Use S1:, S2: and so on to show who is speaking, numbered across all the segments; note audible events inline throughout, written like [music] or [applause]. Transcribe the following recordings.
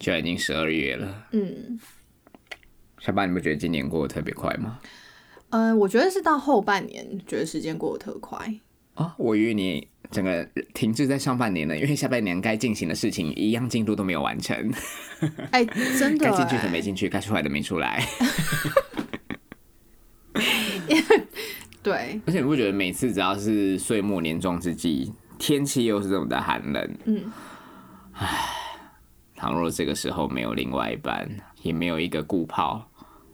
S1: 现在已经十二月了，
S2: 嗯
S1: 下班你不觉得今年过得特别快吗？
S2: 嗯、呃我觉得是到后半年，觉得时间过得特
S1: [laughs]
S2: 快。
S1: 啊，我以为你整个停滞在上半年了，因为下半年该进行的事情一样进度都没有完成，
S2: 哎、真的、
S1: 该
S2: 欸，
S1: 进去的没进去，该出来的没出来。
S2: 对，
S1: 而且你不觉得每次只要是岁末年终之际，天气又是这么的寒冷，
S2: 嗯，
S1: 倘若这个时候没有另外一半，也没有一个顾炮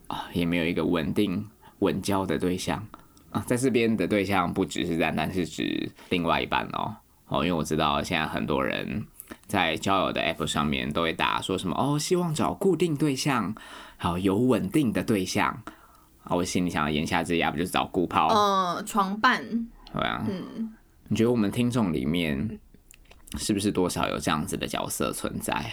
S1: 啊，也没有一个稳定稳交的对象啊，在这边的对象不只是单单是指另外一半哦哦，因为我知道现在很多人在交友的 app 上面都会打说什么哦，希望找固定对象，好有稳定的对象啊，我心里想言下之意啊，不就是找顾炮？
S2: 呃，床伴，
S1: 对啊，你觉得我们听众里面是不是多少有这样子的角色存在？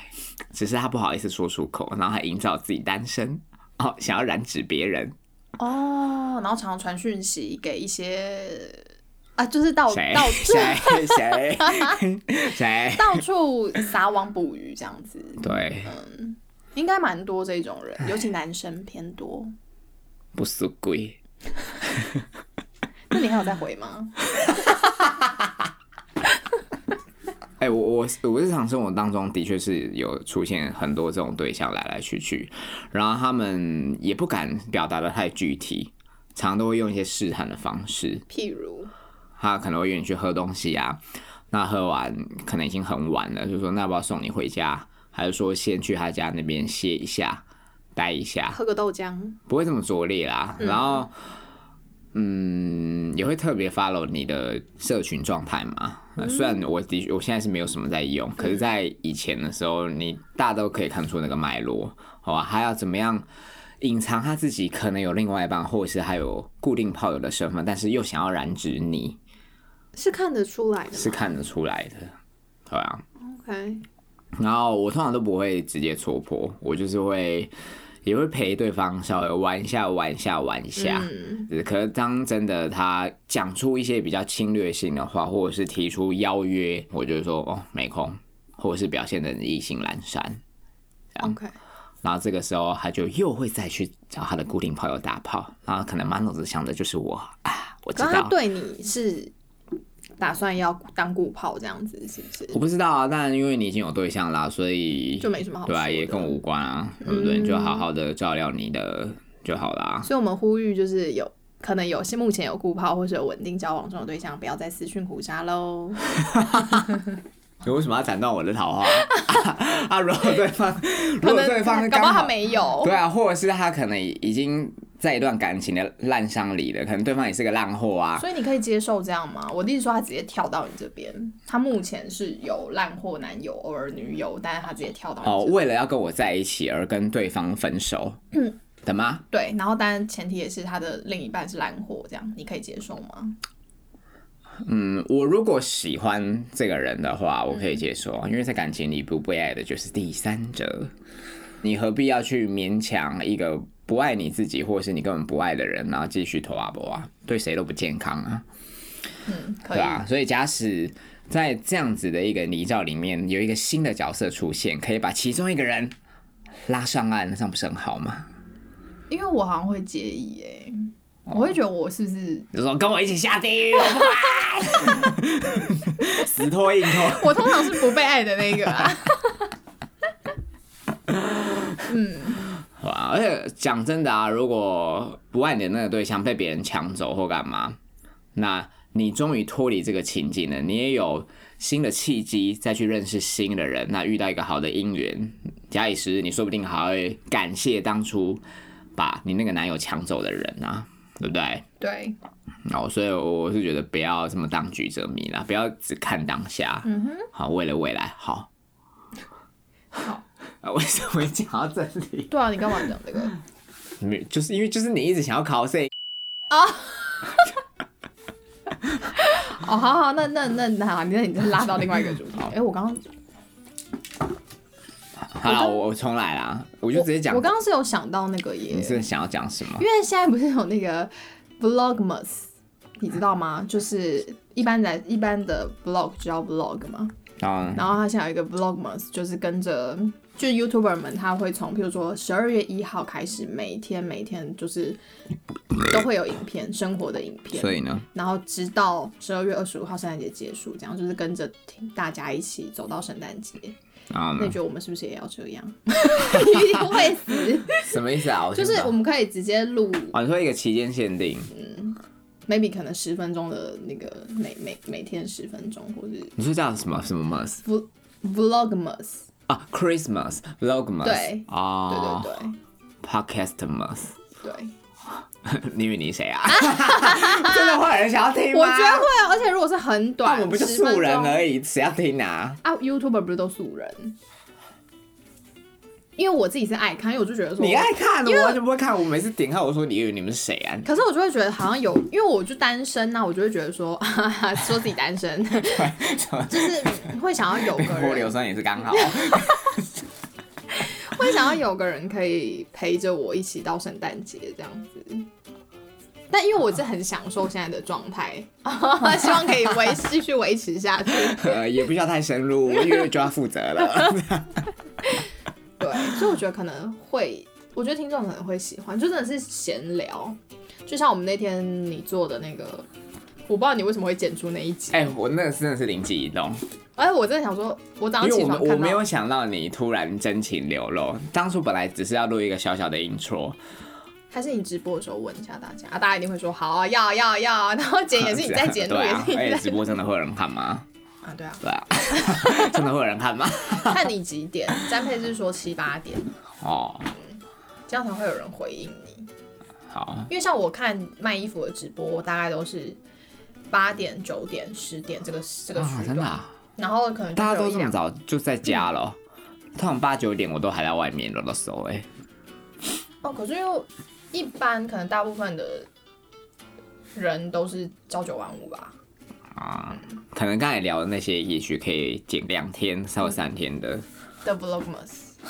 S1: 只是他不好意思说出口，然后还营造自己单身，哦，想要染指别人，
S2: 哦，然后常常传讯息给一些啊，就是到
S1: 谁
S2: 到
S1: 谁
S2: 处
S1: 谁谁？
S2: 到处撒网捕鱼这样子，
S1: 对，
S2: 应该蛮多这种人，尤其男生偏多。
S1: 不死鬼。
S2: 那你还有在回吗？
S1: 哎、我我我日常生活当中的确是有出现很多这种对象来来去去，然后他们也不敢表达的太具体，常常都会用一些试探的方式，
S2: 譬如，
S1: 他可能会约你去喝东西啊。那喝完可能已经很晚了，就说那要不要送你回家，还是说先去他家那边歇一下，待一下，
S2: 喝个豆浆，
S1: 不会这么拙劣啦。然后，嗯，也会特别 follow 你的社群状态嘛。那虽然我的我现在是没有什么在用，可是，在以前的时候，你大都可以看出那个脉络，好吧？还要怎么样隐藏他自己可能有另外一半，或者是还有固定炮友的身份，但是又想要染指你。
S2: 是看得出来的
S1: 是
S2: 吗
S1: 看得出来的，对啊。
S2: ？OK，
S1: 然后我通常都不会直接戳破，我就是会也会陪对方稍微玩一下，玩一下，玩一下。
S2: 嗯，
S1: 是可是当真的他讲出一些比较侵略性的话，或者是提出邀约，我就说哦没空，或者是表现的意兴阑珊。啊
S2: ，OK，
S1: 然后这个时候他就又会再去找他的固定炮友打炮，然后可能满脑子想的就是我啊，我知
S2: 可是他
S1: 道。
S2: 对你是打算要当顾炮这样子，是不是？
S1: 我不知道啊，但因为你已经有对象啦，所以
S2: 就没什么好
S1: 对啊，
S2: 说
S1: 也
S2: 的
S1: 跟我无关啊，对不对？你就好好的照料你的就好啦。
S2: 所以我们呼吁就是有。可能有些目前有顾炮或者有稳定交往中的对象，不要再私讯苦
S1: [laughs]
S2: 杀喽。
S1: 你为什么要斩断我的桃
S2: [laughs]
S1: 花啊？如果对方，如果对方
S2: 搞
S1: 刚
S2: 不好他
S1: 好
S2: 没有
S1: 对，啊，或者是他可能已经在一段感情的烂伤里了，可能对方也是个烂货啊。
S2: 所以你可以接受这样吗？我的意思说，他直接跳到你这边，他目前是有烂货男友、偶尔女友，但是他直接跳到你这
S1: 哦，
S2: 边。
S1: 为了要跟我在一起而跟对方分手，嗯，的吗？
S2: 对，然后当然前提也是他的另一半是烂货，这样你可以接受吗？
S1: 嗯，我如果喜欢这个人的话，我可以接受，因为在感情里不被爱的就是第三者，你何必要去勉强一个不爱你自己，或是你根本不爱的人，然后继续投啊博啊，对谁都不健康啊，
S2: 嗯，可
S1: 对
S2: 以。
S1: 啊，所以假使在这样子的一个泥沼里面，有一个新的角色出现，可以把其中一个人拉上岸，那这样不是很好吗？
S2: 因为我好像会介意哎、
S1: 哦
S2: 我会觉得我是不是
S1: 就说跟我一起下地狱，我不
S2: [laughs]
S1: 管死拖硬拖。
S2: 我通常是不被爱的那个啊？ [laughs]
S1: 好吧，而且讲真的啊，如果不爱你的那个对象被别人抢走或干嘛，那你终于脱离这个情境了，你也有新的契机再去认识新的人，那遇到一个好的姻缘，假以时日，你说不定还会感谢当初把你那个男友抢走的人啊，对不对？
S2: 对，
S1: 哦，所以我是觉得不要这么当局者迷啦，不要只看当下，
S2: 嗯哼，
S1: 好，为了未来好。
S2: 好，
S1: 啊， [laughs] 为什么会讲到这里？
S2: 对啊，你干嘛讲这个？
S1: 没有，就是因为就是你一直想要考试。
S2: 哦，好好，那那那那好，那你再拉到另外一个主题。哎、我刚刚
S1: 好啦，我我重来啦，我就直接讲
S2: 我。刚刚是有想到那个耶，
S1: 你是想要讲什么
S2: 因？为现在不是有那个 Vlogmas，你知道吗？就是一般来一般的 vlog 叫 vlog 嘛，
S1: 嗯，
S2: 然后他现在有一个 Vlogmas，就是跟着就 YouTuber 们，他会从譬如说十二月一号开始，每天每天就是都会有影片，生活的影片，
S1: 所以呢，
S2: 然后直到十二月二十五号圣诞节结束，这样就是跟着听大家一起走到圣诞节。
S1: 啊、
S2: 那你觉得我们是不是也要这样？ [laughs] 一定会死。
S1: 什么意思啊？我
S2: 就是我
S1: 我
S2: 们可以直接录
S1: 哦，你说一个期间限定，
S2: ，maybe 可能十分钟的那个每每每天十分钟，或者
S1: 你说叫什么什么 mas
S2: vlog vlogmas，
S1: 啊？Christmas vlogmas
S2: 对对
S1: 啊，
S2: 对
S1: 对，podcastmas， [laughs]
S2: 对对。
S1: 你以为你谁
S2: [laughs]
S1: 啊？真的会有人想要听吗？
S2: 我觉得会，啊而且如果是很
S1: 那
S2: 短，
S1: 我们不就
S2: 10分
S1: 素人
S2: 钟
S1: 而已，谁要听啊？
S2: 啊？YouTuber 不是都素人？因为我自己是爱看，因为我就觉得说，
S1: 你爱看，我完全不会看。我每次点开，我说你以为你们是谁啊？
S2: 可是我就会觉得好像有，因为我就单身呐、我就会觉得说， [laughs] 哈哈，说自己单身，
S1: [laughs]
S2: [laughs] 就是会想要有个
S1: 我硫
S2: 人，
S1: 酸也是刚好，啊
S2: 会想要有个人可以陪着我一起到圣诞节这样子。但因为我是很享受现在的状态， [laughs] 希望可以维继续维持下去。
S1: [laughs] 呃，也不需要太深入，因为就要负责
S2: [laughs]
S1: 了。
S2: 对，所以我觉得可能会，我觉得听众可能会喜欢，就真的是闲聊，就像我们那天你做的那个，我不知道你为什么会剪出那一集，
S1: 哎、我那个真的是灵机一动，
S2: 哎，我真的想说，我早
S1: 因
S2: 上
S1: 为
S2: 起
S1: 我们
S2: 床
S1: 我
S2: 看
S1: 没
S2: 到
S1: 有，想到你突然真情流露。当初本来只是要录一个小小的 intro，
S2: 还是你直播的时候问一下大
S1: [laughs]
S2: 家，啊，大家一定会说好啊，要啊要啊要啊，然后剪也是你在剪，录
S1: 对
S2: 也
S1: 啊
S2: 是。你
S1: 哎、
S2: 在
S1: 直播真的会有人看吗？
S2: [laughs]
S1: [laughs]
S2: 啊，对啊，
S1: 对啊，真的会有人看
S2: [laughs]
S1: 吗？ [laughs]
S2: 看你几点，詹佩是说七八点，
S1: 哦，
S2: 这样才会有人回应你，
S1: 好，
S2: 因为像我看卖衣服的直播，我大概都是。八点、九点、十点这个这个
S1: 啊，
S2: 区
S1: 真的、
S2: 段，
S1: 啊，
S2: 然后可能就
S1: 大家
S2: 有
S1: 都
S2: 一
S1: 这么
S2: 两
S1: 早就在家了哦。通常八九点我都还在外面了的时候，哎，
S2: 哦，可是又一般，可能大部分的人都是朝九晚五吧。
S1: 啊，可能刚才聊的那些，也许可以减两天或三天的
S2: The Vlogmas，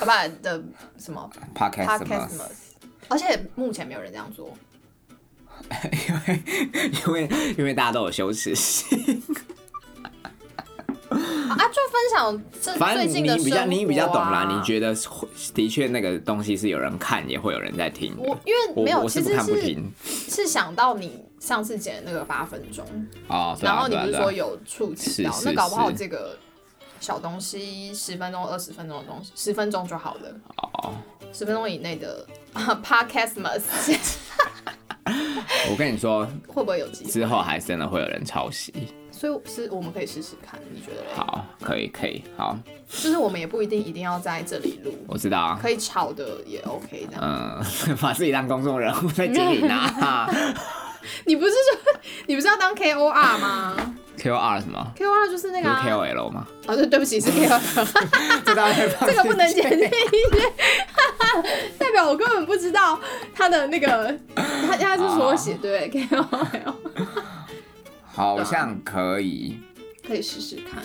S2: 啊不的什么
S1: podcast 吗
S2: Podcastmas，而且目前没有人这样做。
S1: 因为因为大家都有羞耻心，
S2: 啊，啊就分享
S1: [laughs]
S2: 这
S1: 反正
S2: 最
S1: 你
S2: 近的
S1: 你比较
S2: 生活
S1: 你比较懂啦，
S2: 啊
S1: 你觉得是会的确那个东西是有人看，也会有人在听的。
S2: 我因为
S1: 我
S2: 没有，
S1: 我
S2: 其
S1: 是不
S2: 实
S1: 看不
S2: 是
S1: 听
S2: 是想到你上次剪的那个八分钟，
S1: 哦，对啊
S2: 然后你
S1: 对啊
S2: 不是
S1: 对啊
S2: 说有触及
S1: 是
S2: 到，
S1: 是
S2: 那搞不好
S1: 是
S2: 这个小东西十分钟、二十分钟的东西，十分钟就好了。
S1: 哦？
S2: 十分钟以内的 [laughs] podcastmas
S1: 我跟你说，
S2: 会不会有机会？
S1: 之后还真的会有人抄袭。
S2: 所以是我们可以试试看，你觉得嘞？
S1: 好，可以可以，好，
S2: 就是我们也不一定一定要在这里录，
S1: 我知道啊。
S2: 可以吵的也 OK 的。
S1: 嗯， [laughs] 把自己当公众人物在经营
S2: [laughs]
S1: 啊
S2: 你不是说你不是要当 KOR 吗
S1: ，QR 什么？
S2: ？KOR 就是那
S1: 不
S2: 个、
S1: 是
S2: 啊，
S1: KOL 吗？
S2: 哦对，对不起是 KOR，
S1: 这当然放
S2: [laughs] 这个不能
S1: 进去
S2: 剪进去， [laughs] 代表我根本不知道他的那个，他他是缩写对 KOR，
S1: 好像可以。
S2: 可以试试看。